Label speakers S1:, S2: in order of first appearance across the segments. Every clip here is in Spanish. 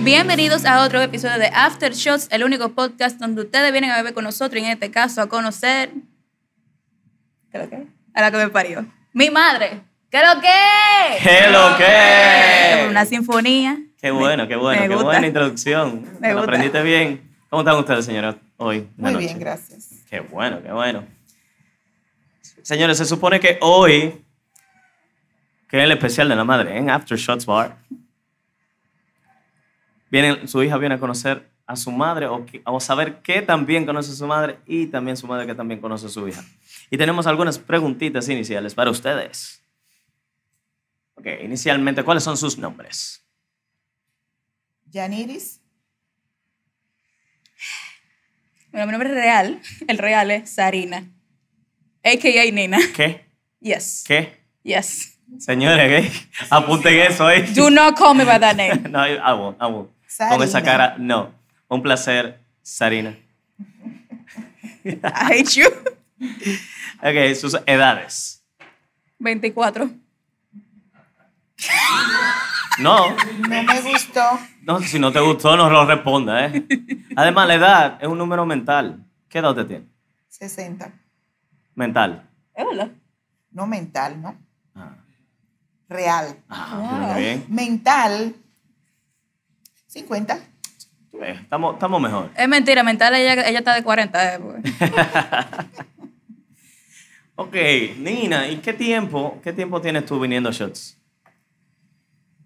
S1: Bienvenidos a otro episodio de After Shots, el único podcast donde ustedes vienen a beber con nosotros y en este caso a conocer. ¿Qué es lo que? A la que me parió. Mi madre. ¿Qué es lo que?
S2: ¿Qué lo
S1: Es
S2: que?
S1: Una sinfonía.
S2: Qué bueno, qué bueno,
S1: me
S2: qué
S1: gusta.
S2: buena introducción.
S1: Me
S2: Lo
S1: gusta.
S2: aprendiste bien. ¿Cómo están ustedes, señora, hoy? en la
S3: Muy
S2: noche?
S3: bien, gracias.
S2: Qué bueno, qué bueno. Señores, se supone que hoy, que es el especial de la madre, en After Shots Bar, viene, su hija viene a conocer a su madre o, que- o saber que también conoce a su madre y también su madre que también conoce a su hija. Y tenemos algunas preguntitas iniciales para ustedes. Ok, inicialmente, ¿cuáles son sus nombres?
S3: Yaniris,
S1: Mi nombre es real. El real es Sarina. AKA Nina.
S2: ¿Qué?
S1: Yes.
S2: ¿Qué?
S1: Yes.
S2: Señores, ¿qué? apunten eso ahí.
S1: Do not call me by that name.
S2: No, ah, I I won't, I won't. Con esa
S3: Sarina.
S2: cara, no. Un placer, Sarina.
S1: I hate you.
S2: Ok, sus edades.
S1: 24.
S2: No,
S3: no me gustó.
S2: no, si no te gustó, no lo responda, ¿eh? Además, la edad es un número mental. ¿Qué edad usted tiene?
S3: 60.
S2: Mental.
S1: Es verdad.
S3: No mental, ¿no?
S2: Ah,
S3: Real.
S2: ah,
S1: Wow.
S2: muy bien.
S3: Mental, 50.
S2: Tú ves, Pues, Estamos, estamos mejor.
S1: Es mentira, mental, ella, ella está de 40. eh, porque-
S2: Ok, Nina, ¿y qué tiempo, qué tiempo tienes tú viniendo a Shots?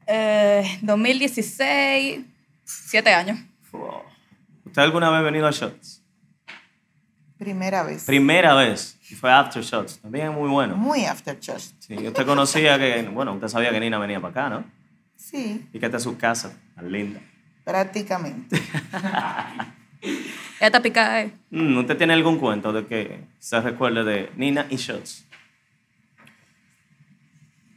S1: Eh, 2016, 7 años.
S2: Wow. ¿Usted alguna vez ha venido a Shots?
S3: Primera vez.
S2: Primera vez. y Fue After Shots. También es muy bueno.
S3: Muy after church.
S2: Sí, usted conocía que, bueno, usted sabía que Nina venía para acá, ¿no?
S3: Sí,
S2: Y que esta es su casa, tan linda.
S3: prácticamente.
S1: Ella está picada, eh.
S2: Mm, ¿Usted tiene algún cuento de que se recuerde de Nina y Shots?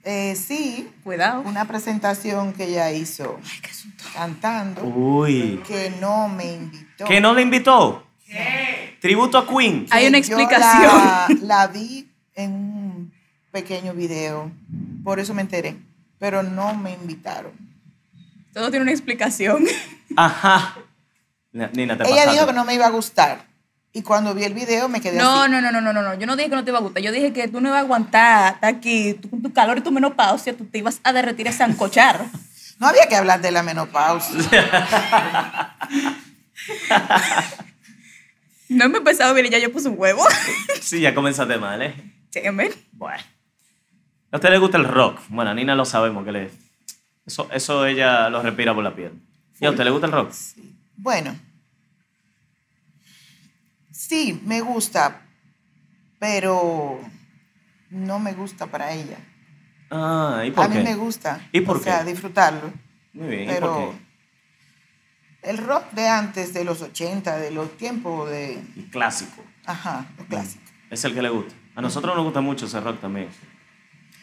S3: Eh, sí,
S1: Cuidado.
S3: una presentación que ella hizo cantando
S2: Uy.
S3: que no me invitó.
S2: ¿Que no le invitó? Tributo a Queen.
S1: Hay una
S3: yo
S1: explicación.
S3: La, la vi en un pequeño video, por eso me enteré, pero no me invitaron.
S1: Todo tiene una explicación.
S2: Ajá. Na- Nina, te
S3: Ella
S2: pasaste.
S3: dijo que no me iba a gustar. Y cuando vi el video me quedé
S1: No,
S3: así.
S1: no, no, no, no, no, no. Yo no dije que no te iba a gustar. Yo dije que tú no ibas a aguantar. Está aquí, tú con tu calor y tu menopausia, tú te ibas a derretir a sancochar.
S3: No había que hablar de la menopausia.
S1: No me empezaba bien y ya yo puse un huevo.
S2: Sí, ya comenzaste mal, ¿eh?
S1: Damn it.
S2: Bueno. ¿A usted le gusta el rock? Bueno, a Nina lo sabemos que le... Eso, eso ella lo respira por la piel. ¿Y a usted le gusta el rock?
S3: Bueno. Sí, me gusta, pero no me gusta para ella.
S2: Ah, ¿y por
S3: A
S2: qué?
S3: mí me gusta.
S2: ¿Y por
S3: o sea,
S2: qué?
S3: disfrutarlo.
S2: Muy bien, ¿y por
S3: Pero
S2: qué?
S3: el rock de antes, de los 80, de los tiempos de...
S2: El clásico.
S3: Ajá, los clásicos.
S2: Es el que le gusta. A nosotros nos gusta mucho ese rock también. Mm.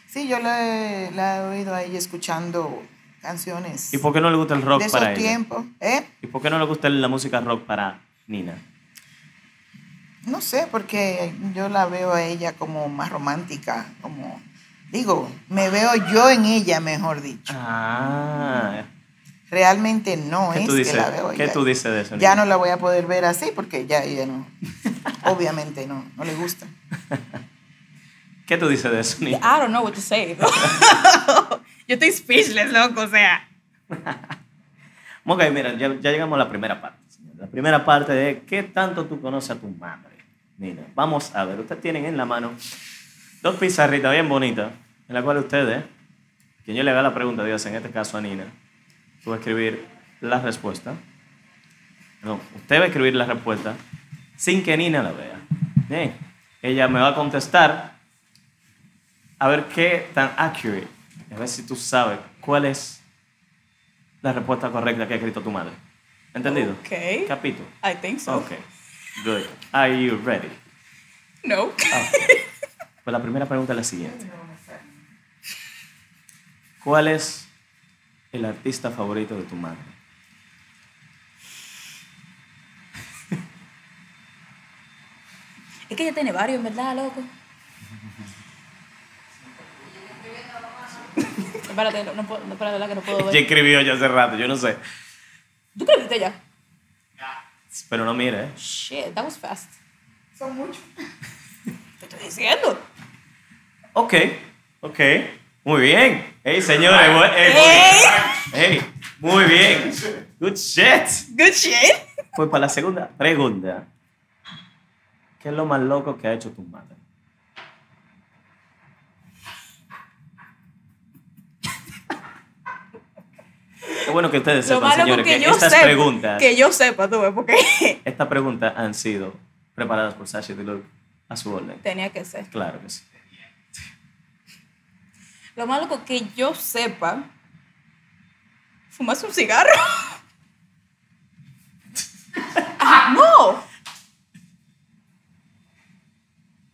S3: Sí, yo la he, la he oído ahí escuchando canciones
S2: ¿Y por qué no le gusta el rock
S3: de
S2: para
S3: esos
S2: ella?
S3: tiempos. ¿Eh?
S2: ¿Y por qué no le gusta la música rock para Nina?
S3: No sé, porque yo la veo a ella como más romántica, como digo, me veo yo en ella, mejor dicho.
S2: Ah,
S3: Realmente no
S2: ¿qué
S3: es
S2: tú dices?
S3: que la veo
S2: ¿Qué
S3: ella.
S2: tú dices de eso?
S3: Ya
S2: Nina?
S3: no la voy a poder ver así porque ya ella no. Obviamente no, no le gusta.
S2: ¿Qué tú dices de eso? Nina?
S1: I don't know what to say. bro. yo estoy speechless, loco. O sea,
S2: Ok, mira, ya, ya llegamos a la primera parte. señor. La primera parte de qué tanto tú conoces a tu madre, Nina. Vamos a ver, ustedes tienen en la mano dos pizarritas bien bonitas, en la cual ustedes, quien yo le haga la pregunta, Dios, en este caso a Nina, tú vas a escribir la respuesta. No, usted va a escribir la respuesta sin que Nina la vea. Bien, ella me va a contestar a ver qué tan accurate, a ver si tú sabes cuál es la respuesta correcta que ha escrito tu madre. ¿Entendido?
S1: Ok.
S2: Capito.
S1: I think so.
S2: Ok. Good. Are you ready?
S1: No.
S2: Pues la primera pregunta es la siguiente. ¿Cuál es el artista favorito de tu madre?
S1: es que ella tiene varios, en verdad, loco. Espérate, no, no, puedo- no, espérate, ¿verdad? Que no puedo ver.
S2: escribió ya hace rato, yo no sé.
S1: ¿Tú crees que viste ya?
S2: Pero no mira, ¿eh?
S1: Shit, that was fast.
S3: Son muchos.
S1: Te estoy diciendo.
S2: Ok, ok. Muy bien. Hey, señores. bu- eh, Hey, muy bien. Good shit.
S1: Good shit.
S2: Pues para la segunda pregunta. ¿Qué es lo más loco que ha hecho tu madre? Qué bueno que ustedes
S1: Lo
S2: sepan,
S1: malo
S2: señores,
S1: que
S2: que,
S1: yo
S2: estas
S1: sepa.
S2: preguntas,
S1: Que yo sepa, tú ves, porque
S2: estas preguntas han sido preparadas por Sasha Deluxe a su orden.
S1: tenía que ser.
S2: Claro que sí.
S1: Lo malo que yo sepa, fumarse un cigarro. Ajá, Ah, no.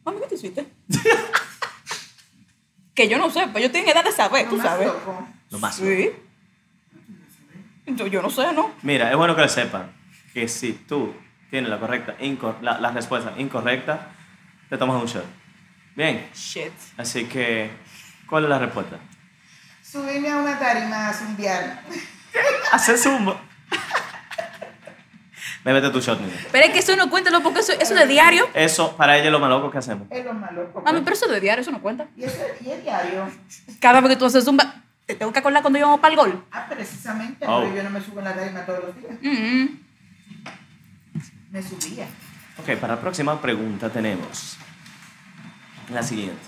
S1: Mami, ¿qué te hiciste? que yo no sepa, yo tengo edad de saber, tú sabes.
S2: Lo más loco.
S1: Sí. Yo, yo no sé, ¿no?
S2: Mira, es bueno que lo sepan que si tú tienes la correcta, inco- la, la respuesta incorrecta, te tomas un shot. Bien,
S1: Shit.
S2: así que, ¿cuál es la respuesta?
S3: Subirme a una tarima a zumbiar.
S2: Hacer zumba. Bébete tu shot, niña.
S1: Pero es que eso no cuenta, ¿no? porque eso, eso de diario.
S2: Eso, para ella es lo más loco que hacemos.
S3: Es lo malo. como-
S1: Mami, pero eso de diario, eso no cuenta.
S3: Y eso y es diario.
S1: Cada vez que tú haces zumba, te tengo que acordar cuando íbamos para el gol.
S3: Ah, precisamente,
S2: Oh.
S3: pero yo no me subo en la tarima todos los días.
S1: Mm.
S3: Me subía.
S2: Ok, para la próxima pregunta tenemos la siguiente.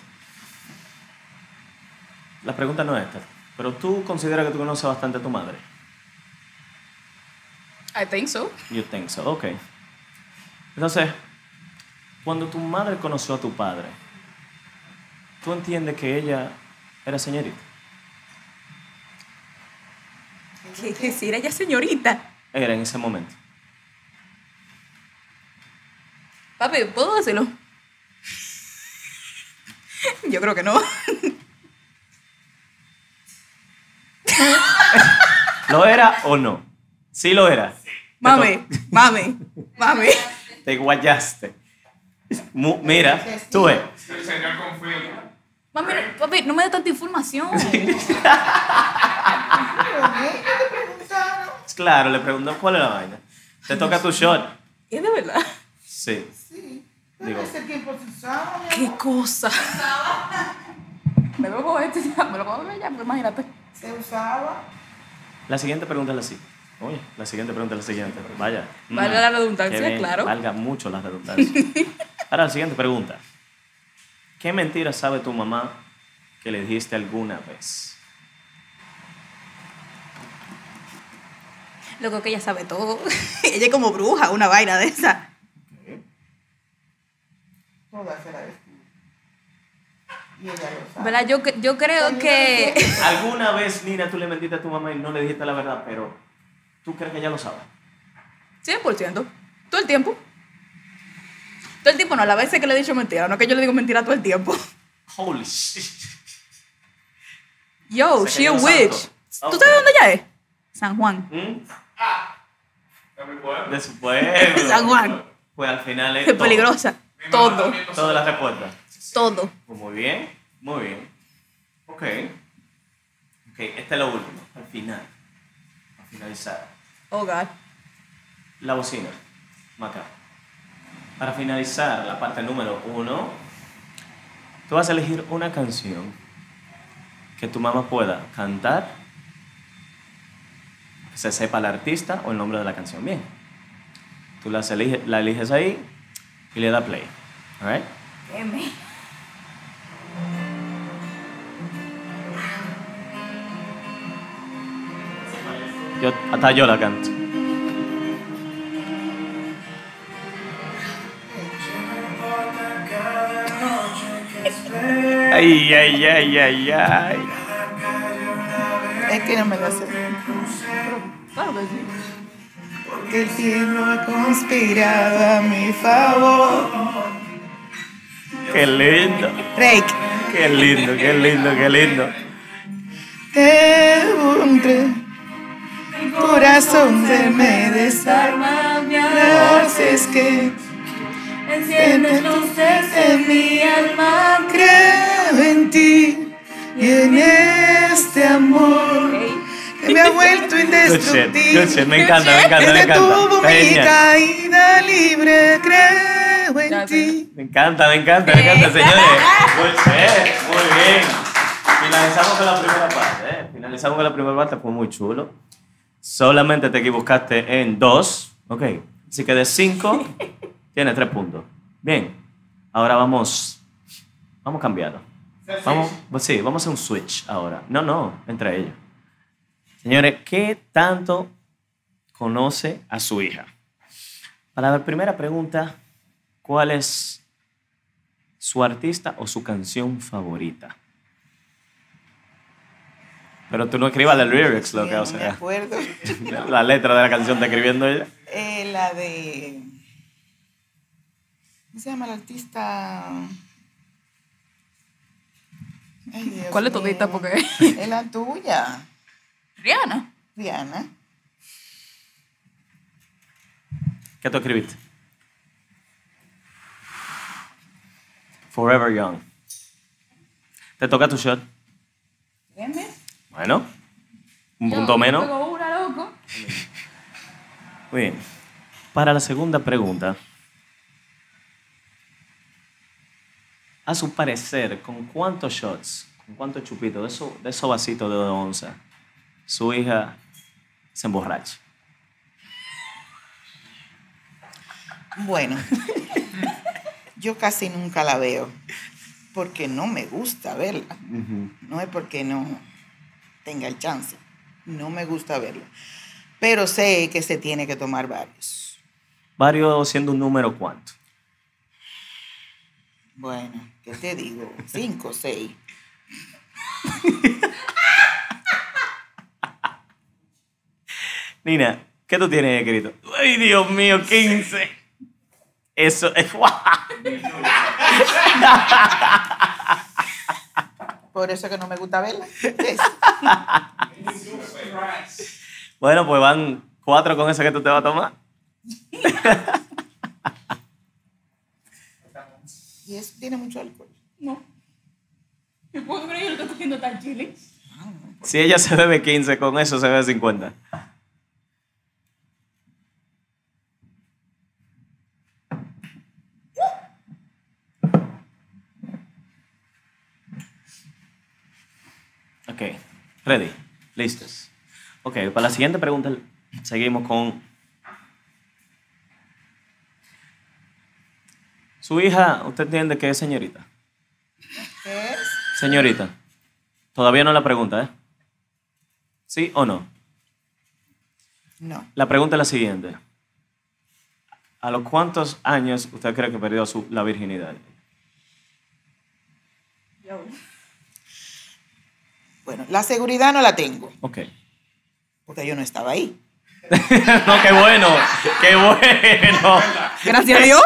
S2: La pregunta no es esta, pero tú consideras que tú conoces bastante a tu madre.
S1: I think so.
S2: You think so, ok. Entonces, cuando tu madre conoció a tu padre, ¿tú entiendes que ella era señorita?
S1: ¿Qué decir ella señorita?
S2: Era en ese momento.
S1: Papi, ¿puedo hacerlo? Yo creo que no.
S2: ¿Lo era o no? Sí lo era. Te
S1: Mami, mami, mami.
S2: to- Te guayaste. Mu- mira, tú ves.
S4: El señor confirma.
S1: Mami, no- papi, no me da tanta información.
S3: Pero bien, ¿qué te preguntaron?
S2: Claro, le preguntó cuál es la vaina. Te toca tu shot.
S1: Es de verdad.
S2: Sí.
S3: Sí.
S2: Digo-
S3: Pero ese tiempo se usaba, mi
S1: Qué
S3: amor.
S1: cosa. Me lo cojo este, ya, me lo cojo ya, pues imagínate.
S3: Se usaba.
S2: La siguiente pregunta es la siguiente. Oye, la siguiente pregunta es la siguiente. Vaya.
S1: Valga la
S2: Mm,
S1: redundancia,
S2: qué bien,
S1: claro.
S2: Valga mucho la redundancia. Ahora, la siguiente pregunta. ¿Qué mentira sabe tu mamá que le dijiste alguna vez?
S1: Loco que ella sabe todo. ella es como bruja, una vaina de esa.
S3: Toda se la vestía. Y ella lo sabe.
S1: ¿Verdad? Yo, cre- yo creo que.
S2: ¿Alguna vez, Nina, tú le mentiste a tu mamá y no le dijiste la verdad, pero tú crees que ella lo sabe?
S1: 100%. Todo el tiempo. Todo el tiempo, no, a la vez que le he dicho mentira, no que yo le digo mentira todo el tiempo.
S2: Holy shit.
S1: Yo,
S2: O sea, que
S1: she
S2: ella
S1: a
S2: lo sabe
S1: witch.
S2: todo.
S1: ¿Tú
S2: Ok.
S1: sabes dónde ella es? San Juan.
S2: ¿Mm?
S4: No me puedo.
S2: De su pueblo.
S1: San Juan.
S2: Pues al final es
S1: Es
S2: todo.
S1: peligrosa.
S4: Mi mamá
S1: Todo,
S4: también lo
S2: Todas las respuestas.
S1: todo.
S2: Pues muy bien, muy bien. Ok. Ok, esta es la última, al final. Para finalizar.
S1: Oh, God.
S2: La bocina, Maca. Para finalizar la parte número uno, tú vas a elegir una canción que tu mamá pueda cantar, que se sepa el artista o el nombre de la canción. Bien. Tú las elige- la eliges ahí y le da play. All right?
S1: M.
S2: Yo, hasta yo la canto. Ay, ay, ay, ay, ay.
S3: Es que no me lo sé.
S1: Claro que sí.
S3: Porque el tiempo ha conspirado a mi favor.
S2: Qué lindo,
S3: Drake,
S2: qué lindo, qué lindo, qué lindo.
S3: te encontré. Mi corazón se me desarma. Gracias que enciendes luces en mi alma. Creo en ti y en este amor. que me ha vuelto
S2: Good shit, good shit, me encanta, me encanta, me
S3: Desde tu
S2: encanta. Está genial.
S3: caída libre creo en
S1: Ya,
S3: ti.
S2: Me encanta, me encanta, me encanta,
S1: Sí.
S2: señores. Muy bien, muy bien. Finalizamos con la primera parte, ¿eh? Finalizamos con la primera parte, fue muy chulo. Solamente te equivocaste en dos, ¿ok? Así que de cinco, tienes tres puntos. Bien, ahora vamos, vamos cambiando. Vamos, pues sí, vamos a hacer un switch ahora. No, no, entre ellos. Señores, ¿qué tanto conoce a su hija? Para la primera pregunta, ¿cuál es su artista o su canción favorita? Pero tú no escribas las lyrics, lo que, o
S3: Sí, no me
S2: sea,
S3: acuerdo.
S2: la letra de la canción está escribiendo ella.
S3: Eh, la de. ¿Cómo se llama el artista? Ay, Dios
S1: ¿Cuál es tu
S3: mío.
S1: lista? Porque-
S3: Es la tuya,
S1: Rihanna.
S3: Diana.
S2: ¿Qué tú escribiste? Forever Young. Te toca tu shot. Bueno, un punto menos.
S1: Tengo una, loco.
S2: Muy bien. Para la segunda pregunta, a su parecer, ¿con cuántos shots, con cuántos chupitos de esos de esos vasitos de 11 su hija se emborracha?
S3: Bueno, yo casi nunca la veo porque no me gusta verla. No es porque no tenga el chance. No me gusta verla. Pero sé que se tiene que tomar varios.
S2: Varios siendo un número cuánto.
S3: Bueno, ¿qué te digo? Cinco, seis.
S2: Nina, ¿qué tú tienes escrito? ¡Ay, Dios mío, 15! Eso es guau.
S3: Por eso que no me gusta verla. Es-
S2: Bueno, pues van cuatro con esa que tú te vas a tomar.
S3: Y eso tiene mucho alcohol.
S1: No. ¿Me puedo creer que lo estoy cogiendo tan chile?
S2: Si ella se bebe 15, con eso se bebe 50. Ok, ready, listos. Ok, para la siguiente pregunta seguimos con... Su hija, ¿usted entiende que es señorita?
S3: ¿Qué es?
S2: Señorita, todavía no la pregunta, ¿eh? ¿Sí o no?
S3: No.
S2: La pregunta es la siguiente. ¿A los cuántos años usted cree que perdió su, la virginidad?
S3: Bueno, la seguridad no la tengo
S2: Ok.
S3: porque yo no estaba ahí.
S2: no, qué bueno, qué bueno.
S1: Gracias a Dios.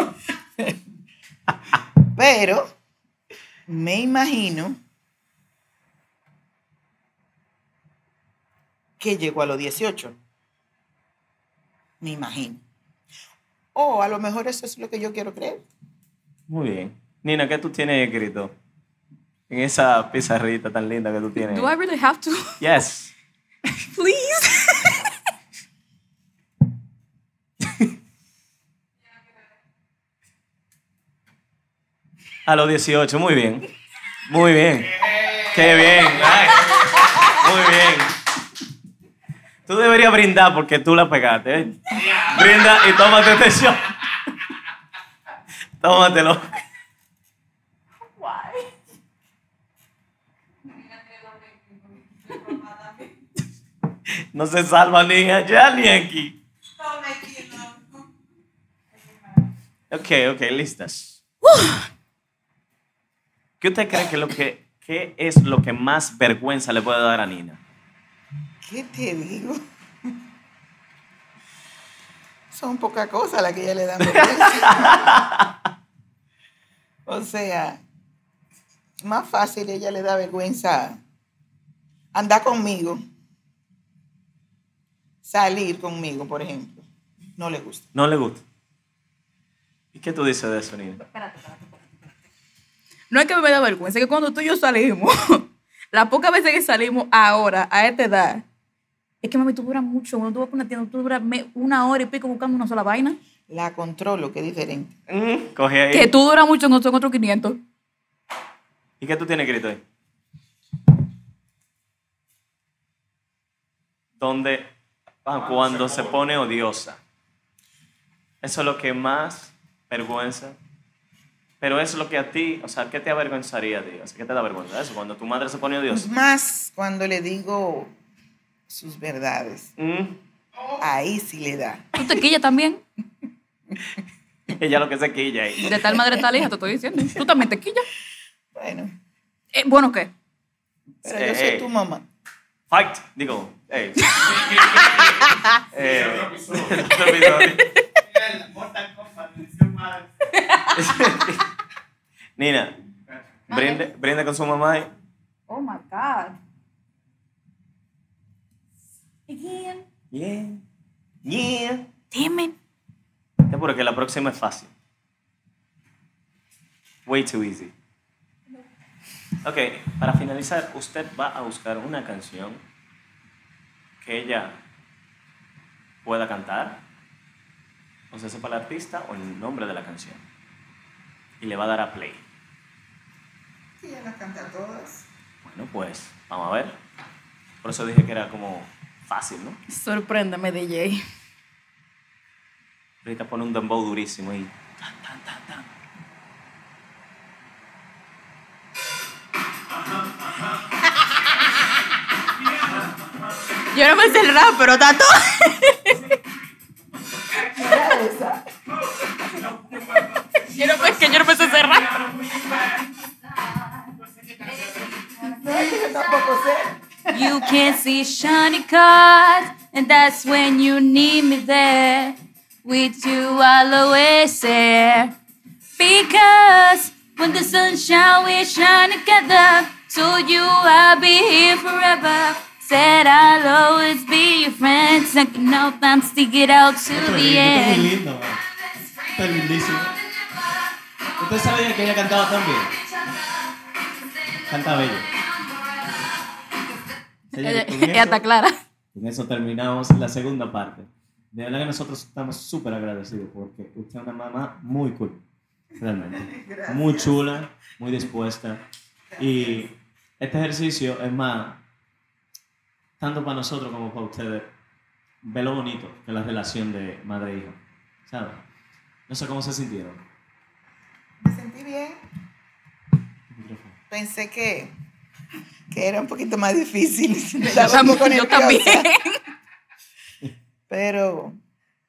S3: Pero me imagino que llegó a los 18. Me imagino. O a lo mejor eso es lo que yo quiero creer.
S2: Muy bien. Nina, ¿qué tú tienes escrito? En esa pizarrita tan linda que tú tienes.
S1: Do I really have to?
S2: Yes.
S1: Please.
S2: A los 18, muy bien. Muy bien. Qué bien. ay. Muy bien. Tú deberías brindar porque tú la pegaste. ¿eh? Brinda y tómate este shot. Tómatelo. No se salva ni allá ni aquí. Ok, ok, listas. ¿Qué usted cree que, lo que qué es lo que más vergüenza le puede dar a Nina?
S3: ¿Qué te digo? Son poca cosa la que ella le dan vergüenza. o sea, más fácil ella le da vergüenza andar conmigo, salir conmigo, por ejemplo. No le gusta.
S2: No le gusta. ¿Y qué tú dices de eso, Nina?
S1: No es que me da vergüenza, es que cuando tú y yo salimos, las pocas veces que salimos ahora, a esta edad, Es que mami, tú duras mucho. Cuando tú vas por una tienda, tú duras me- una hora y pico buscando una sola vaina.
S3: La controlo, que es diferente.
S2: Mm, Coge ahí.
S1: Que tú duras mucho, no son otros 500.
S2: ¿Y qué tú tienes escrito ahí? Donde, ah, cuando se pone odiosa. Eso es lo que más vergüenza. Pero es lo que a ti, o sea, ¿qué te avergonzaría a ti? O sea, ¿Qué te da vergüenza eso? Cuando tu madre se pone odiosa.
S3: Más cuando le digo sus verdades.
S2: Mm,
S3: Ahí sí le da.
S1: Tú te quillas también.
S2: ella lo que se quilla ahí.
S1: De tal madre tal hija, te estoy diciendo. Tú también te quillas.
S3: Bueno,
S1: Eh, bueno, ¿qué?
S3: pero
S2: Eh,
S3: yo soy
S2: eh.
S3: tu mamá.
S2: Fight, digo. Hey.
S4: Otro
S2: eh,
S4: episodio.
S2: otro episodio. Nina, brinde, brinde con su mamá ahí.
S1: Oh my God. Again.
S2: Yeah. Yeah.
S1: Damn it.
S2: Te apuro que la próxima es fácil. Way too easy. Ok, para finalizar, usted va a buscar una canción que ella pueda cantar, o se sepa el artista o el nombre de la canción, y le va a dar a play.
S3: Ella las canta todas.
S2: Bueno, pues, vamos a ver. Por eso dije que era como fácil, ¿no?
S1: Sorpréndeme, DJ.
S2: Ahorita pone un dembow durísimo y...
S1: Yo no pensé el rap, pero está todo. yo no pensé que yo no pensé ese rap. You can see shiny cars, and that's when you need me there. With you, I'll always there. Because when the sun shines, we shine together. To you, I'll be here forever. Said I'll always be your friend. Taking no time, stick it out to
S5: Pero
S1: the
S5: está muy
S1: end.
S5: lindo, man. Está lindísimo. ¿Usted sabía que ella cantaba tan bien? Canta bello. Señores, con eso-
S1: clara.
S5: Con eso terminamos la segunda parte. De verdad que nosotros estamos súper agradecidos porque usted es una mamá muy cool, realmente. Muy chula, muy dispuesta. Y este ejercicio es más, tanto para nosotros como para ustedes, ve lo bonito que es la relación de madre e hijo. ¿Sabes? No sé cómo se sintieron.
S3: Me sentí bien. Pensé que, que era un poquito más difícil. Estaba un poco nerviosa. Pero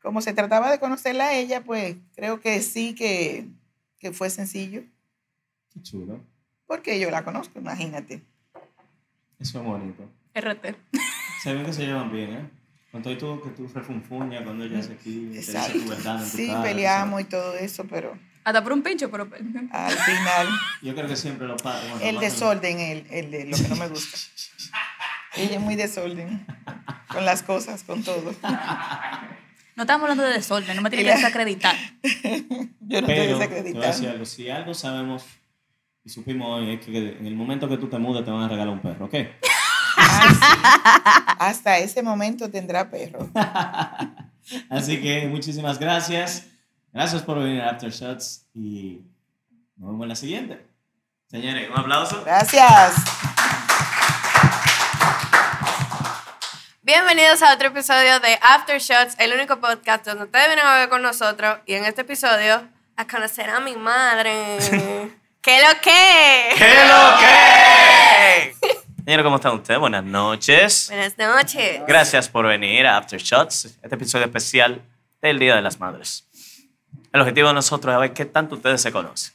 S3: como se trataba de conocerla a ella, pues creo que sí que, que fue sencillo.
S5: Qué chulo.
S3: Porque yo la conozco, imagínate.
S5: Eso es bonito.
S1: RT.
S5: Se ven que se llevan bien, ¿eh? Con todo y tú, que tú refunfuñas cuando ella hace aquí, te dice tu verdad en tu
S3: Sí,
S5: cara, tú
S3: peleamos y todo eso, pero
S1: Hasta por un pincho, pero.
S3: al final
S5: sabes. Yo creo que siempre los padres... bueno,
S3: el
S5: más
S3: desorden, el, el de lo que no me gusta. Ella es muy desorden con las cosas, con todo.
S1: No estamos hablando de desorden, no me
S3: tienes que
S1: desacreditar.
S3: Yo
S5: Pero,
S3: no estoy
S5: te voy a decir
S3: desacreditada.
S5: algo. Si algo sabemos y supimos hoy es que en el momento que tú te mudes te van a regalar un perro, ¿ok?
S3: Ah, Hasta ese momento tendrá perro.
S5: Así que muchísimas gracias. Gracias por venir a Aftershots y nos vemos en la siguiente. Señores, un aplauso.
S3: Gracias.
S6: Bienvenidos a otro episodio de Aftershots, el único podcast donde ustedes vienen a ver con nosotros y en este episodio a conocer a mi madre. ¿Qué lo que?
S2: ¿Qué lo que? Señor, ¿cómo están ustedes? Buenas noches.
S6: Buenas noches.
S2: Gracias por venir a Aftershots, este episodio especial del Día de las Madres. El objetivo de nosotros es ver qué tanto ustedes se conocen,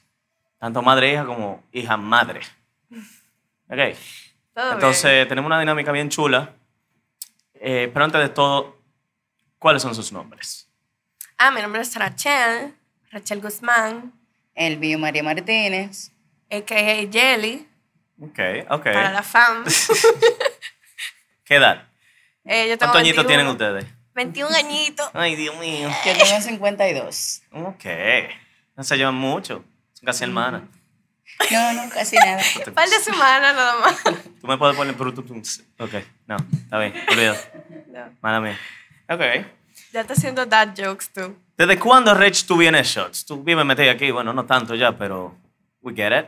S2: tanto madre e hija como hija madre. Ok,
S6: Todo
S2: entonces tenemos una dinámica bien chula, Eh, pero antes de todo, ¿cuáles son sus nombres?
S6: bien. Ah, mi nombre es Rachel, Rachel Guzmán,
S7: Elvio María Martínez.
S6: a.k.a. Jelly,
S2: Ok, ok.
S6: para la fam.
S2: ¿Qué edad?
S6: Eh, yo tengo
S2: ¿Cuántos añitos
S6: 21.
S2: tienen ustedes?
S6: 21 añitos.
S2: Ay, Dios mío.
S7: Yo tengo 52.
S2: Ok, no se llevan mucho, son casi hermanas.
S7: No, no, casi nada.
S6: Par de semanas nada más.
S2: Tú me puedes poner bruto. Ok, no, está bien, olvídalo. Mala mía. Ok.
S6: Ya está haciendo dad jokes tú.
S2: ¿Desde cuándo, Rich, tú vienes shots? Tú bien me metí aquí, bueno, no tanto ya, pero we get it.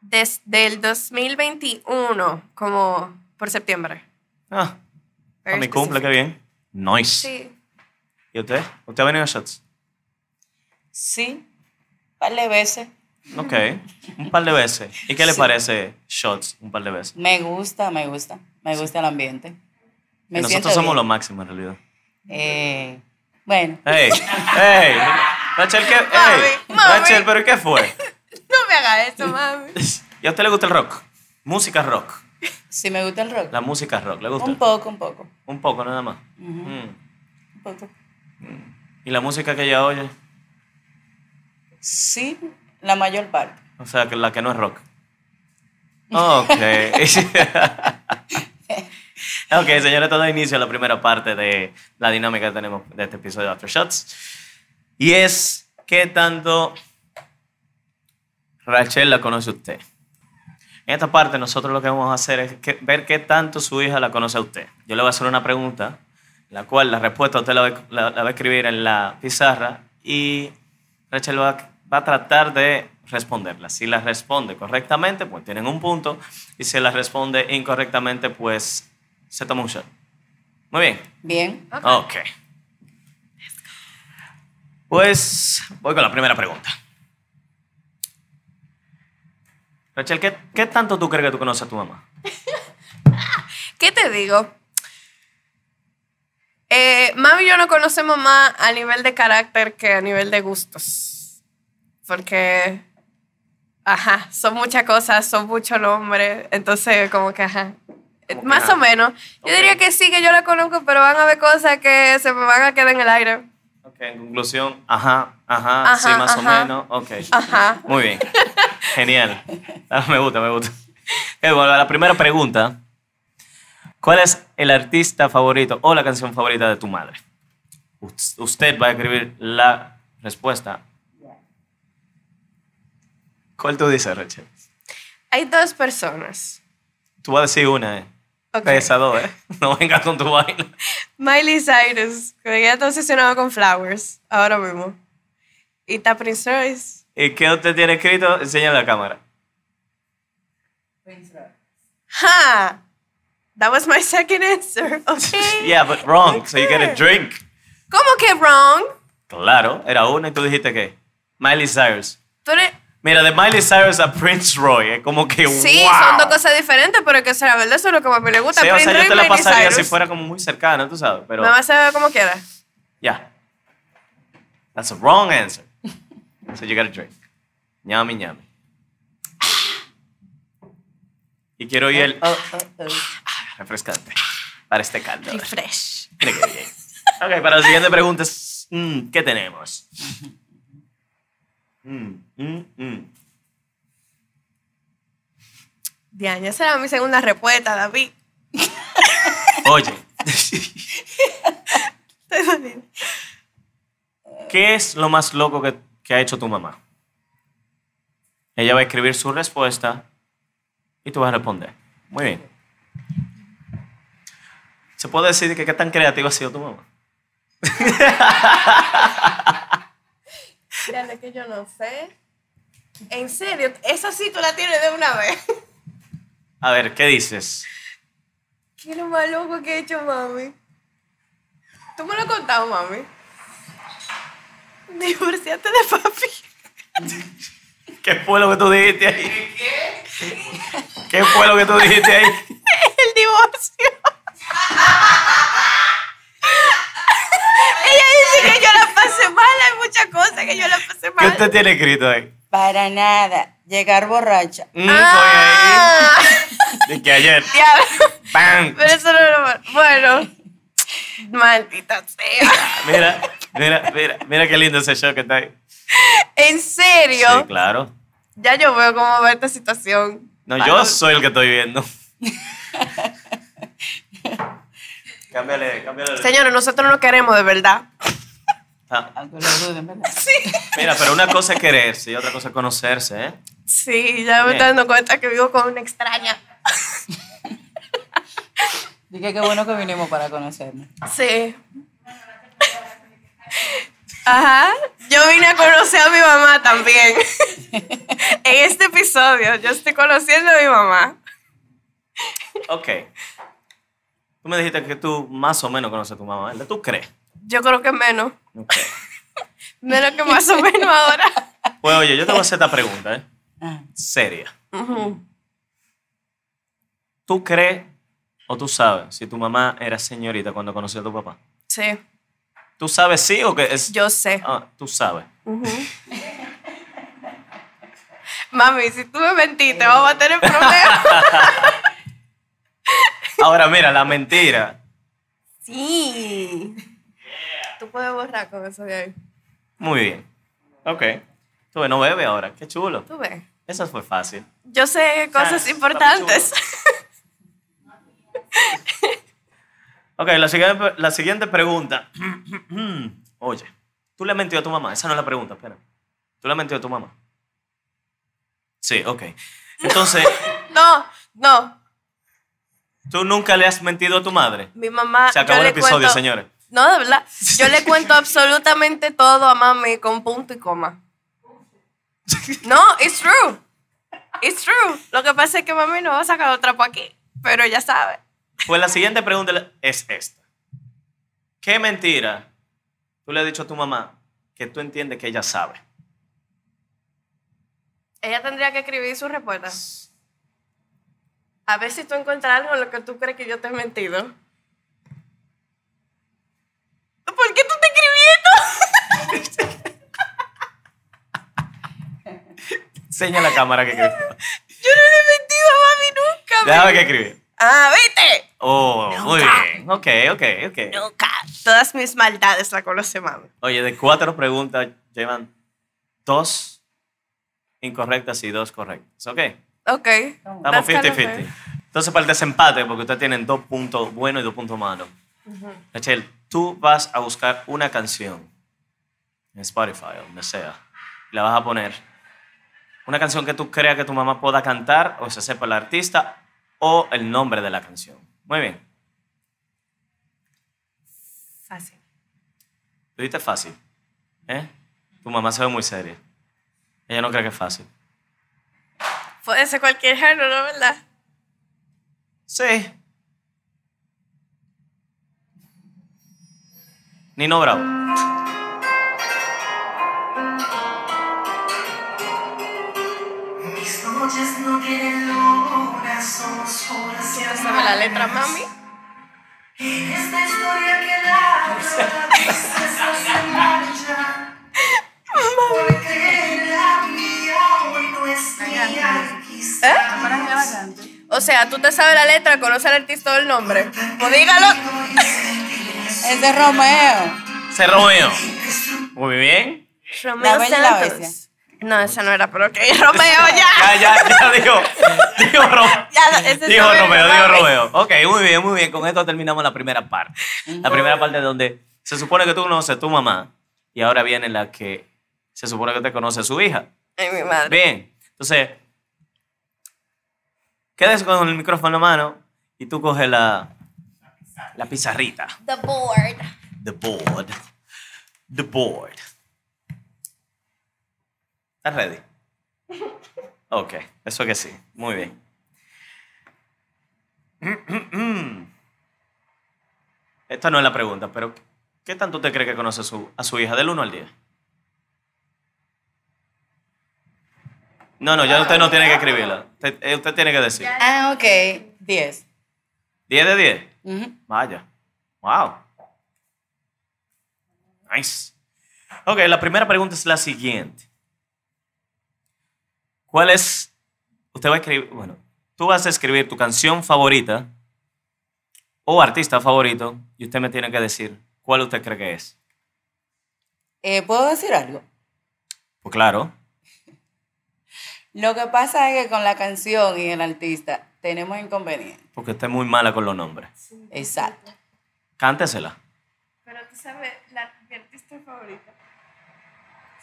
S6: Desde el 2021, como por septiembre.
S2: Ah, a
S6: Very
S2: mi cumple, qué
S6: specific.
S2: bien. Nice.
S6: Sí.
S2: ¿Y usted? ¿Usted ha venido a shots?
S7: Sí, un par de veces.
S2: Ok, un par de veces. ¿Y qué le parece shots un par de veces?
S7: Me gusta, me gusta. Me gusta el ambiente. Me siento
S2: Nosotros somos
S7: bien.
S2: lo máximo en realidad.
S7: Eh, bueno,
S2: ¡Ey! ¡Ey! Rachel, ¿qué? ey,
S6: Mami, mami.
S2: Rachel, ¿pero qué fue?
S6: No me hagas eso, mami.
S2: ¿Y a usted le gusta el rock? Música rock.
S7: sí me gusta el rock.
S2: La música rock, ¿le gusta?
S7: Un poco, un poco.
S2: Un poco, nada más.
S7: Ujú.
S2: Mm.
S7: Un poco.
S2: ¿Y la música que ella oye?
S7: Sí, la mayor parte.
S2: O sea, que la que no es rock. Ok. ok, señores, todo da inicio a la primera parte de la dinámica que tenemos de este episodio de Aftershots. Y es, ¿qué tanto Rachel la conoce usted? En esta parte nosotros lo que vamos a hacer es que- ver qué tanto su hija la conoce a usted. Yo le voy a hacer una pregunta, la cual la respuesta usted la va, a- la- la va a escribir en la pizarra y Rachel va, a- va a tratar de responderla. Si la responde correctamente, pues tienen un punto y si la responde incorrectamente, pues se toma un shot. Muy bien.
S7: Bien.
S2: Ok. Pues voy con la primera pregunta. Rachel, ¿qué, qué tanto tú crees que tú conoces a tu mamá?
S6: ¿Qué te digo? Eh, mami y yo no conocemos más a nivel de carácter que a nivel de gustos. Porque, ajá, son muchas cosas, son muchos nombres. Entonces, como que, ajá. Eh,
S2: Como que,
S6: Más
S2: ajá.
S6: o menos. Yo diría que sí, que yo la conozco, pero van a haber cosas que se me van a quedar en el aire.
S2: Ok, en conclusión, ajá, ajá,
S6: Ajá,
S2: sí, más o
S6: ajá.
S2: menos. Ok.
S6: Ajá.
S2: Muy bien. Genial. Ah, Me gusta, me gusta. Eh, bueno, la primera pregunta. ¿Cuál es el artista favorito o la canción favorita de tu madre? Us- Usted va a escribir la respuesta. ¿Cuál tú dices, Rachel?
S6: Hay dos personas.
S2: Tú vas a decir una, ¿eh?
S6: Ok.
S2: De esas dos, ¿eh? No vengas con tu vaina.
S6: Miley Cyrus, que ella está obsesionada con Flowers, ahora mismo. Y está Prince Royce.
S2: ¿Y qué usted tiene escrito? Enséñale a la cámara.
S6: ¡Ja! That was my second answer, okay?
S2: Yeah, but wrong. So you get a drink.
S6: ¿Cómo que wrong?
S2: Claro, era una y tú dijiste que. Miley Cyrus.
S6: Tú eres-
S2: Mira, de Miley Cyrus a Prince Roy, es como que
S6: Sí,
S2: wow.
S6: son dos cosas diferentes, pero que será verdad, eso es lo que más me le gusta.
S2: Sí, o
S6: Prince
S2: sea, yo
S6: Royce
S2: te la
S6: y Miley
S2: pasaría si
S6: Cyrus.
S2: fuera como muy cercana, tú sabes, pero
S6: Me
S2: ya.
S6: vas a ver como quieras.
S2: That's a wrong answer. so you gotta drink. Ñami, ñami. Y quiero ir el
S7: Oh, oh, oh.
S2: refrescante para este caldo.
S6: Refresh.
S2: Mira qué bien. ok, para la siguiente pregunta es, mm, ¿qué tenemos? Mm, mm, mm.
S6: Diana, esa era mi segunda respuesta, David.
S2: Oye,
S6: Estoy jodida.
S2: ¿Qué es lo más loco que, que ha hecho tu mamá? Ella va a escribir su respuesta y tú vas a responder. Muy bien. ¿Se puede decir que qué tan creativa ha sido tu mamá?
S6: Diana, que yo no sé. En serio, esa sí tú la tienes de una vez.
S2: A ver, ¿qué dices?
S6: ¿Qué es lo más loco que he hecho, mami? Tú me lo has contado, mami. Divorciaste de papi.
S2: ¿Qué fue lo que tú dijiste ahí? ¿Qué? ¿Qué fue lo que tú dijiste ahí?
S6: El divorcio. Ella dice que yo la pasé mal. Hay muchas cosas que yo la pasé
S2: ¿Qué
S6: mal.
S2: usted tiene escrito ahí?
S7: Para nada. Llegar borracha.
S2: Mm,
S6: Ah,
S2: coño, ahí. De que ayer.
S6: diablo.
S2: ¡Bam!
S6: Pero eso no es normal. Bueno. Maldita sea.
S2: Mira, mira, mira, mira qué lindo ese show que está ahí.
S6: En serio.
S2: Sí, claro.
S6: Ya yo veo cómo va esta situación.
S2: Ah, No,
S6: Para-
S2: yo soy el que estoy viendo. cámbiale, cámbiale.
S6: Señores, nosotros no queremos de verdad.
S2: Ah,
S7: Aunque lo duden, ¿verdad?
S2: mira, pero una cosa es quererse y otra cosa es conocerse, ¿eh?
S6: Sí, ya me
S2: Bien.
S6: estoy dando cuenta que vivo con una extraña.
S7: Dije, qué bueno que vinimos para conocernos.
S6: Sí. Ajá. Yo vine a conocer a mi mamá también. en este episodio, yo estoy conociendo a mi mamá.
S2: Ok. Tú me dijiste que tú más o menos conoces a tu mamá, ¿verdad? ¿Tú crees?
S6: Yo creo que menos.
S2: Ok.
S6: Menos que más o menos ahora.
S2: Pues oye, yo te voy a hacer esta pregunta, ¿eh?
S7: Ah,
S2: Seria. ¿Tú crees o tú sabes si tu mamá era señorita cuando conoció a tu papá?
S6: Sí,
S2: ¿Tú sabes sí o que es...?
S6: yo sé.
S2: Ah, tú sabes.
S6: Mami, si tú me mentiste, vamos a tener problemas.
S2: Ahora mira, la mentira.
S6: Sí. Tú puedes borrar con eso de ahí.
S2: Muy bien. Ok. Tú ves, no bebe ahora. Qué chulo.
S6: Tú ves.
S2: Esa fue fácil.
S6: Yo sé cosas
S2: está
S6: importantes.
S2: Ok, la siguiente, la siguiente pregunta. Oye, ¿tú le has mentido a tu mamá? Esa no es la pregunta, espera. ¿Tú le has mentido a tu mamá? Sí, ok. Entonces,
S6: No, no.
S2: ¿tú nunca le has mentido a tu madre?
S6: Mi mamá.
S2: Se acabó
S6: Ah, yo
S2: el
S6: le
S2: episodio,
S6: cuento-
S2: señores.
S6: No, de verdad. Yo le cuento absolutamente todo a mami con punto y coma. No, it's true. It's true. Lo que pasa es que mami no va a sacar el trapo aquí, pero ya sabe.
S2: Pues la siguiente pregunta es esta. ¿Qué mentira tú le has dicho a tu mamá que tú entiendes que ella sabe?
S6: Ella tendría que escribir su respuesta. A ver si tú encuentras algo en lo que tú crees que yo te he mentido. ¿Por qué tú te escribiendo?
S2: Señala la cámara que escribió.
S6: Yo no le he mentido a mami nunca. mi-
S2: Déjame que escribió.
S6: Ah, ¿viste?
S2: Oh, muy bien. Ok, ok, ok.
S6: Nunca. Todas mis maldades la conoce mami.
S2: Oye, de cuatro preguntas llevan dos incorrectas y dos correctas. Ok.
S6: Ok.
S2: Estamos
S6: That's kind of
S2: 50-50.
S6: fair.
S2: Entonces, para el desempate, porque ustedes tienen dos puntos buenos y dos puntos malos. Rachel, tú vas a buscar una canción en Spotify o donde sea. y La vas a poner. Una canción que tú creas que tu mamá pueda cantar o se sepa el artista o el nombre de la canción. Muy bien.
S6: Fácil.
S2: Lo diste fácil. ¿Eh? Tu mamá se ve muy seria. Ella no cree que es fácil.
S6: Puede ser Pues cualquier género, ¿no? ¿Verdad?
S2: Sí. Nino Bravo.
S8: Mis noches no tienen luna, son oscuras y
S6: ¿Tú sabes la letra,
S8: amargas.
S6: mami?
S8: En esta historia que labra, la princesa se marcha. Porque era mía, hoy no es mía, y quizás
S6: O sea, tú te sabes la letra, conoces al artista o el nombre. Pues dígalo.
S8: no hice
S7: ese es Romeo.
S2: Se Romeo. Muy bien.
S7: La Bella y la Bestia.
S6: No, esa no era, pero ok. Romeo,
S2: Ya,
S6: ya.
S2: ya, ya dijo. Dijo Romeo.
S6: Ya, ese
S2: Dijo
S6: es
S2: Romeo, dijo
S6: mami.
S2: Romeo. Ok, muy bien, muy bien. Con esto terminamos la primera parte. La primera parte donde se supone que tú conoces a tu mamá y ahora viene la que se supone que te conoce su hija.
S6: Ay, mi madre.
S2: Bien, entonces, quédese con el micrófono en la mano y tú coges la, la pizarrita.
S6: The board.
S2: The board. The board. ¿Estás ready? Ok, eso que sí. Muy bien. Esta no es la pregunta, pero ¿qué tanto te cree que conoce a su, a su hija del 1 al 10? No, no, ya usted no tiene que escribirla. Usted, eh, usted tiene que decir.
S7: Ah, ok. 10.
S2: 10 de 10.
S7: Ujú.
S2: Vaya. Wow. Nice. Ok, la primera pregunta es la siguiente. ¿Cuál es? Usted va a escribir, bueno, tú vas a escribir tu canción favorita o artista favorito y usted me tiene que decir cuál usted cree que es.
S7: Eh, ¿Puedo decir algo?
S2: Pues claro.
S7: Lo que pasa es que con la canción y el artista tenemos inconvenientes.
S2: Porque usted es muy mala con los nombres.
S7: Exacto.
S2: Cántesela.
S6: Pero tú sabes, la, mi artista favorita.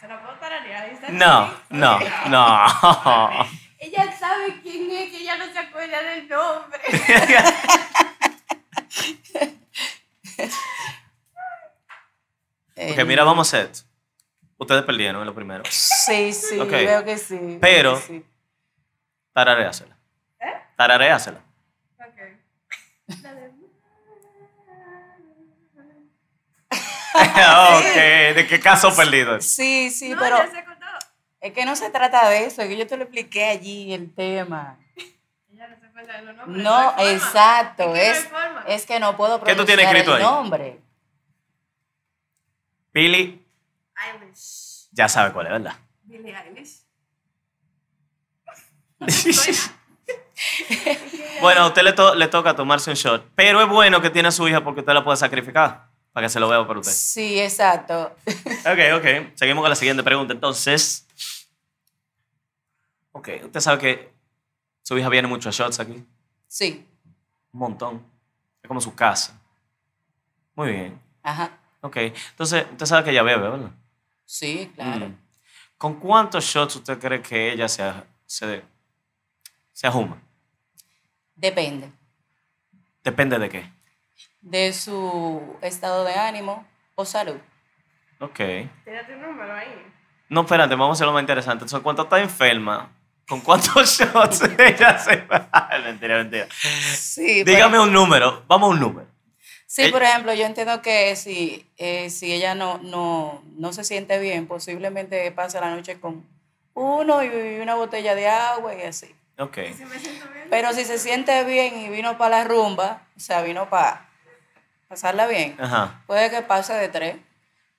S6: Se la puedo tararear. ahí está.
S2: No, no, no.
S6: Ella sabe quién es, que ella no se acuerda del nombre.
S7: Eh,
S2: que mira, vamos a hacer esto. Ustedes perdieron en lo primero.
S7: Sí, sí,
S2: Ok.
S7: veo que sí. veo
S2: Pero-
S7: que sí.
S2: Tarareásela. ¿Eh? Tarareásela. ok, ¿de qué caso perdido?
S7: Sí, sí, pero es que no se trata de eso, que yo te lo expliqué allí el tema. No, exacto, es, es que no puedo
S2: ¿Qué tú
S7: pronunciar
S2: tienes escrito
S7: el
S2: ahí?
S7: nombre.
S2: Billy,
S6: Eilish.
S2: ya sabe cuál es, ¿verdad?
S6: Billie Eilish.
S2: bueno, a usted le, to- le toca tomarse un shot, pero es bueno que tiene a su hija porque usted la puede sacrificar para que se lo vea por usted.
S7: Sí, exacto.
S2: Ok, ok. Seguimos con la siguiente pregunta. Entonces, ok, usted sabe que su hija viene muchos shots aquí.
S7: Sí,
S2: Un montón. Es como su casa. Muy bien.
S7: ajá.
S2: Ok. Entonces, usted sabe que ella bebe, ¿verdad?
S7: Sí, claro.
S2: Mm. ¿Con cuántos shots usted cree que ella se, se, se ajuma?
S7: Depende
S2: Depende de qué.
S7: de su estado de ánimo o salud.
S2: Ok.
S6: Tírate un número ahí.
S2: No, espérate, vamos a hacer lo más interesante. Entonces, ¿cuánto está enferma? ¿Con cuántos shots ella se va? mentira, mentira.
S7: Sí, pues. pero-
S2: Dígame un número. Vamos a un número.
S7: Sí,
S2: Ell-
S7: por ejemplo, yo entiendo que si, eh, si ella no, no, no se siente bien, posiblemente pasa la noche con uno y una botella de agua y así.
S2: Ok.
S7: Pero si se siente bien y vino para la rumba, o sea, vino para pasarla bien,
S2: Ajá.
S7: puede que pase de tres.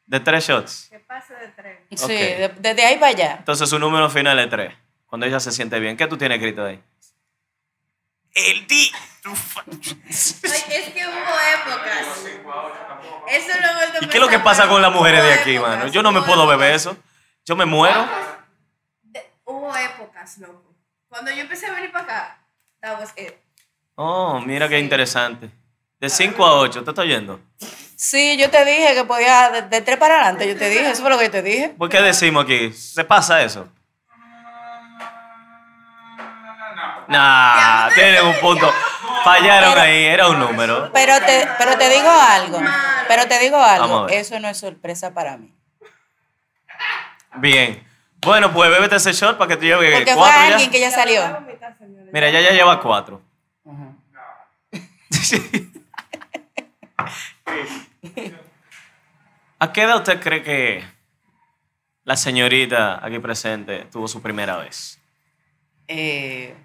S2: De tres shots.
S6: Que pase de tres.
S7: Sí,
S2: Ok.
S7: de- desde ahí para allá.
S2: Entonces, su número final es tres. Cuando ella se siente bien. ¿Qué tú tienes escrito ahí? El di.
S6: es que hubo épocas. Eso lo hemos
S2: ¿Y qué es lo que pasa con las mujeres de aquí, mano? Yo no me puedo beber eso. Yo me muero.
S6: Hubo épocas, loco. Cuando yo empecé a venir para acá, that was it.
S2: Oh, mira qué interesante. De 5 a 8, ¿te está oyendo?
S7: Sí, yo te dije que podía de, de tres para adelante, yo te dije, eso fue lo que yo te dije.
S2: ¿Por qué decimos aquí? ¿Se pasa eso? Nah, tienen un punto. Fallaron
S7: Pero-
S2: ahí, era un número.
S7: Pero te, pero te digo algo, pero te digo
S2: Vamos a
S7: algo,
S2: ver.
S7: eso no es sorpresa para mí.
S2: Bien. Bueno, pues bébete ese shot para que tú lleves
S7: Porque fue
S2: cuatro
S7: alguien
S2: ya.
S7: que ya salió.
S2: Mira, ya, ya lleva cuatro. ¿A qué edad usted cree que la señorita aquí presente tuvo su primera vez?
S7: Eh,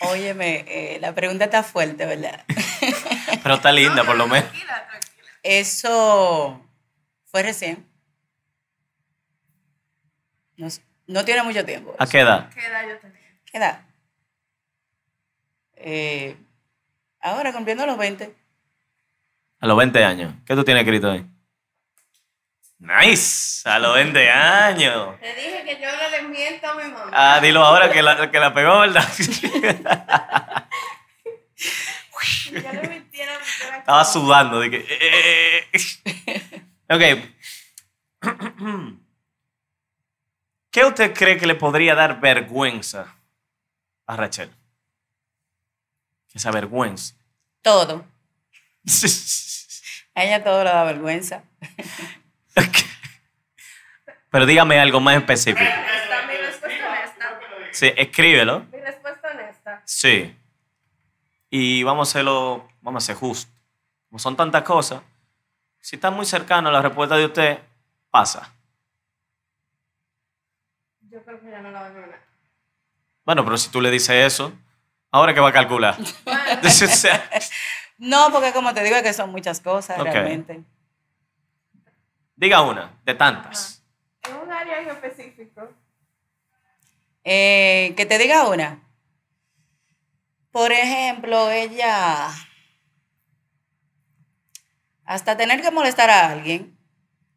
S7: óyeme, eh, la pregunta está fuerte, ¿verdad?
S2: Pero está linda, por lo menos.
S7: Eso fue recién. No, sé, no tiene mucho tiempo.
S2: ¿A qué edad?
S7: ¿Qué edad? Eh, ahora cumpliendo los 20.
S2: A los 20 años. ¿Qué tú tienes escrito ahí? Nice, a los 20 años.
S6: Te dije que yo no le miento a mi mamá.
S2: Ah, dilo ahora que la, que la pegó, ¿verdad?
S6: Yo le mintiera a mi mamá.
S2: Estaba sudando. De que, eh, eh, eh. Ok. ¿Qué usted cree que le podría dar vergüenza a Rachel? Que se avergüence.
S7: Todo. A ella todo le da vergüenza.
S2: Pero dígame algo más específico.
S6: Honesta, Mi respuesta honesta.
S2: Sí, escríbelo.
S6: Mi respuesta honesta.
S2: Sí. Y vamos a hacerlo, vamos a ser justo. Como son tantas cosas, si está muy cercano a la respuesta de usted, pasa.
S6: Yo creo que ya no la voy a ganar.
S2: Bueno, pero si tú le dices eso, ahora que va a calcular. O sea,
S7: No, porque como te digo, es que son muchas cosas
S2: Ok.
S7: realmente.
S2: Diga una, de tantas.
S6: En un área en específico.
S7: Eh, que te diga una. Por ejemplo, ella. Hasta tener que molestar a alguien.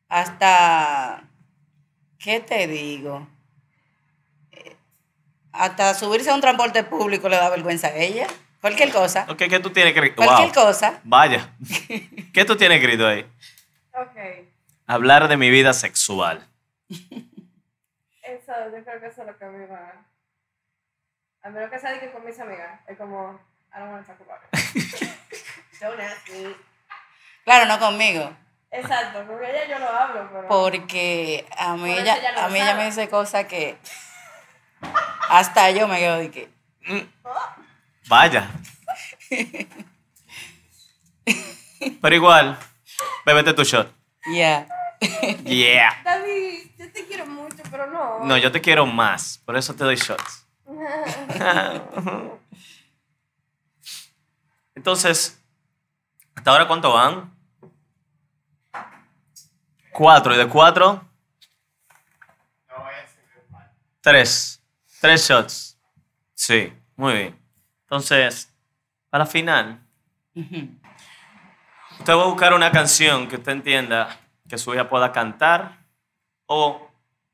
S7: Hasta. ¿Qué te digo? Eh, Hasta subirse a un transporte público le da vergüenza a ella. Cualquier cosa.
S2: Ok, ¿qué tú tienes escrito?
S7: Ah. Cualquier
S2: Wow.
S7: cosa.
S2: Vaya. ¿Qué tú tienes escrito ahí?
S6: Ok.
S2: Hablar de mi vida sexual.
S6: Eso, yo creo que eso es lo que a mí me va. A menos que sea de que con mis amigas. Es como, I don't want to talk about it. don't ask me.
S7: Claro, no conmigo.
S6: Exacto, con ella yo no hablo, pero.
S7: Porque a mí,
S6: Por eso
S7: ella,
S6: ella lo
S7: a mí ella
S6: sabe.
S7: me dice cosas que hasta yo me quedo de que.
S2: Vaya. Pero igual, bebete tu shot.
S7: Yeah.
S2: Yeah.
S6: David, yo te quiero mucho, pero no.
S2: No, yo te quiero más, por eso te doy shots. Entonces, ¿hasta ahora cuánto van? Cuatro, y de cuatro, tres. Tres shots. Sí, muy bien. Entonces, para la final, usted va a buscar una canción que usted entienda que su hija pueda cantar o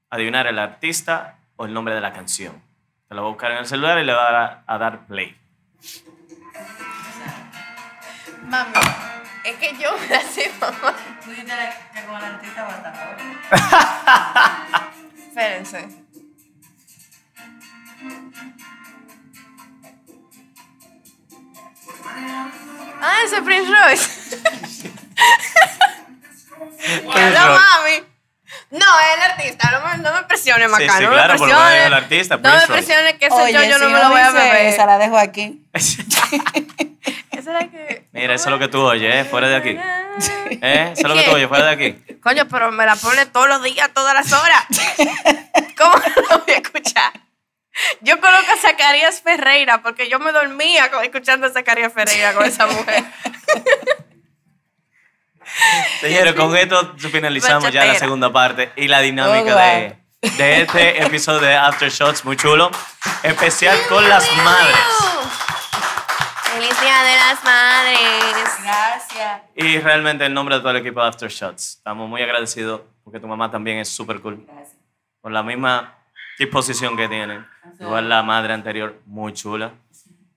S2: adivinar el artista o el nombre de la canción. Se lo va a buscar en el celular y le va a dar, a dar play.
S6: Mami, es que yo me hace mamá.
S7: Tú dices que con el artista va a estar
S6: Espérense. Ah, ese es Prince Royce.
S2: Prince
S6: Hola,
S2: Royce.
S6: mami. No, es el artista. No me, no me presione, Maca.
S2: Sí, sí,
S6: no me
S2: claro, por lo
S6: presione.
S2: menos el artista,
S6: No me
S2: Prince Royce.
S6: presione, que soy yo, yo no
S7: si
S6: me lo voy a
S7: dice
S6: beber.
S7: Esa la dejo aquí.
S6: Esa es la que.
S2: Mira, eso es lo que tú oyes, ¿eh? fuera de aquí. ¿Eh? Eso es lo que
S6: ¿Qué?
S2: tú oyes, fuera de aquí.
S6: Coño, pero me la pone todos los días, todas las horas. ¿Cómo no la voy a escuchar? Yo coloco a Zacarías Ferreira porque yo me dormía con- escuchando a Zacarías Ferreira con esa mujer.
S2: Señores, con esto finalizamos ya la
S6: Bachatera.
S2: segunda parte y la dinámica
S7: Oh,
S2: de, de este episodio de After Shots, muy chulo. Especial con las madres.
S6: ¡Feliz Día de las Madres!
S7: Gracias.
S2: Y realmente el nombre de todo el equipo de After Shots. Estamos muy agradecidos porque tu mamá también es súper cool.
S7: Gracias.
S2: Por la misma disposición que tienen. Igual la madre anterior, muy chula.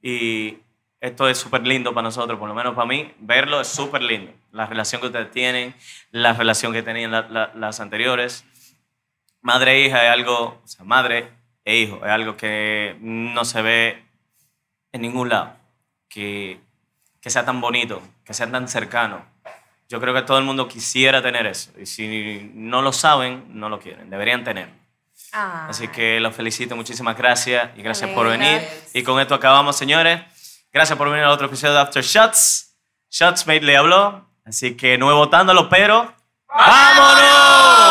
S2: Y esto es súper lindo para nosotros, por lo menos para mí, verlo es súper lindo. La relación que ustedes tienen, la relación que tenían la- la- las anteriores. Madre e hija es algo, o sea, madre e hijo, es algo que no se ve en ningún lado. Que, que sea tan bonito, que sea tan cercano. Yo creo que todo el mundo quisiera tener eso. Y si no lo saben, no lo quieren. Deberían tenerlo.
S6: Ah.
S2: Así que los felicito, muchísimas gracias y gracias por
S6: Alegra.
S2: venir. Y con esto acabamos, señores. Gracias por venir al otro episodio de After Shots. Shotsmate le habló, así que no votándolo, pero ¡vámonos!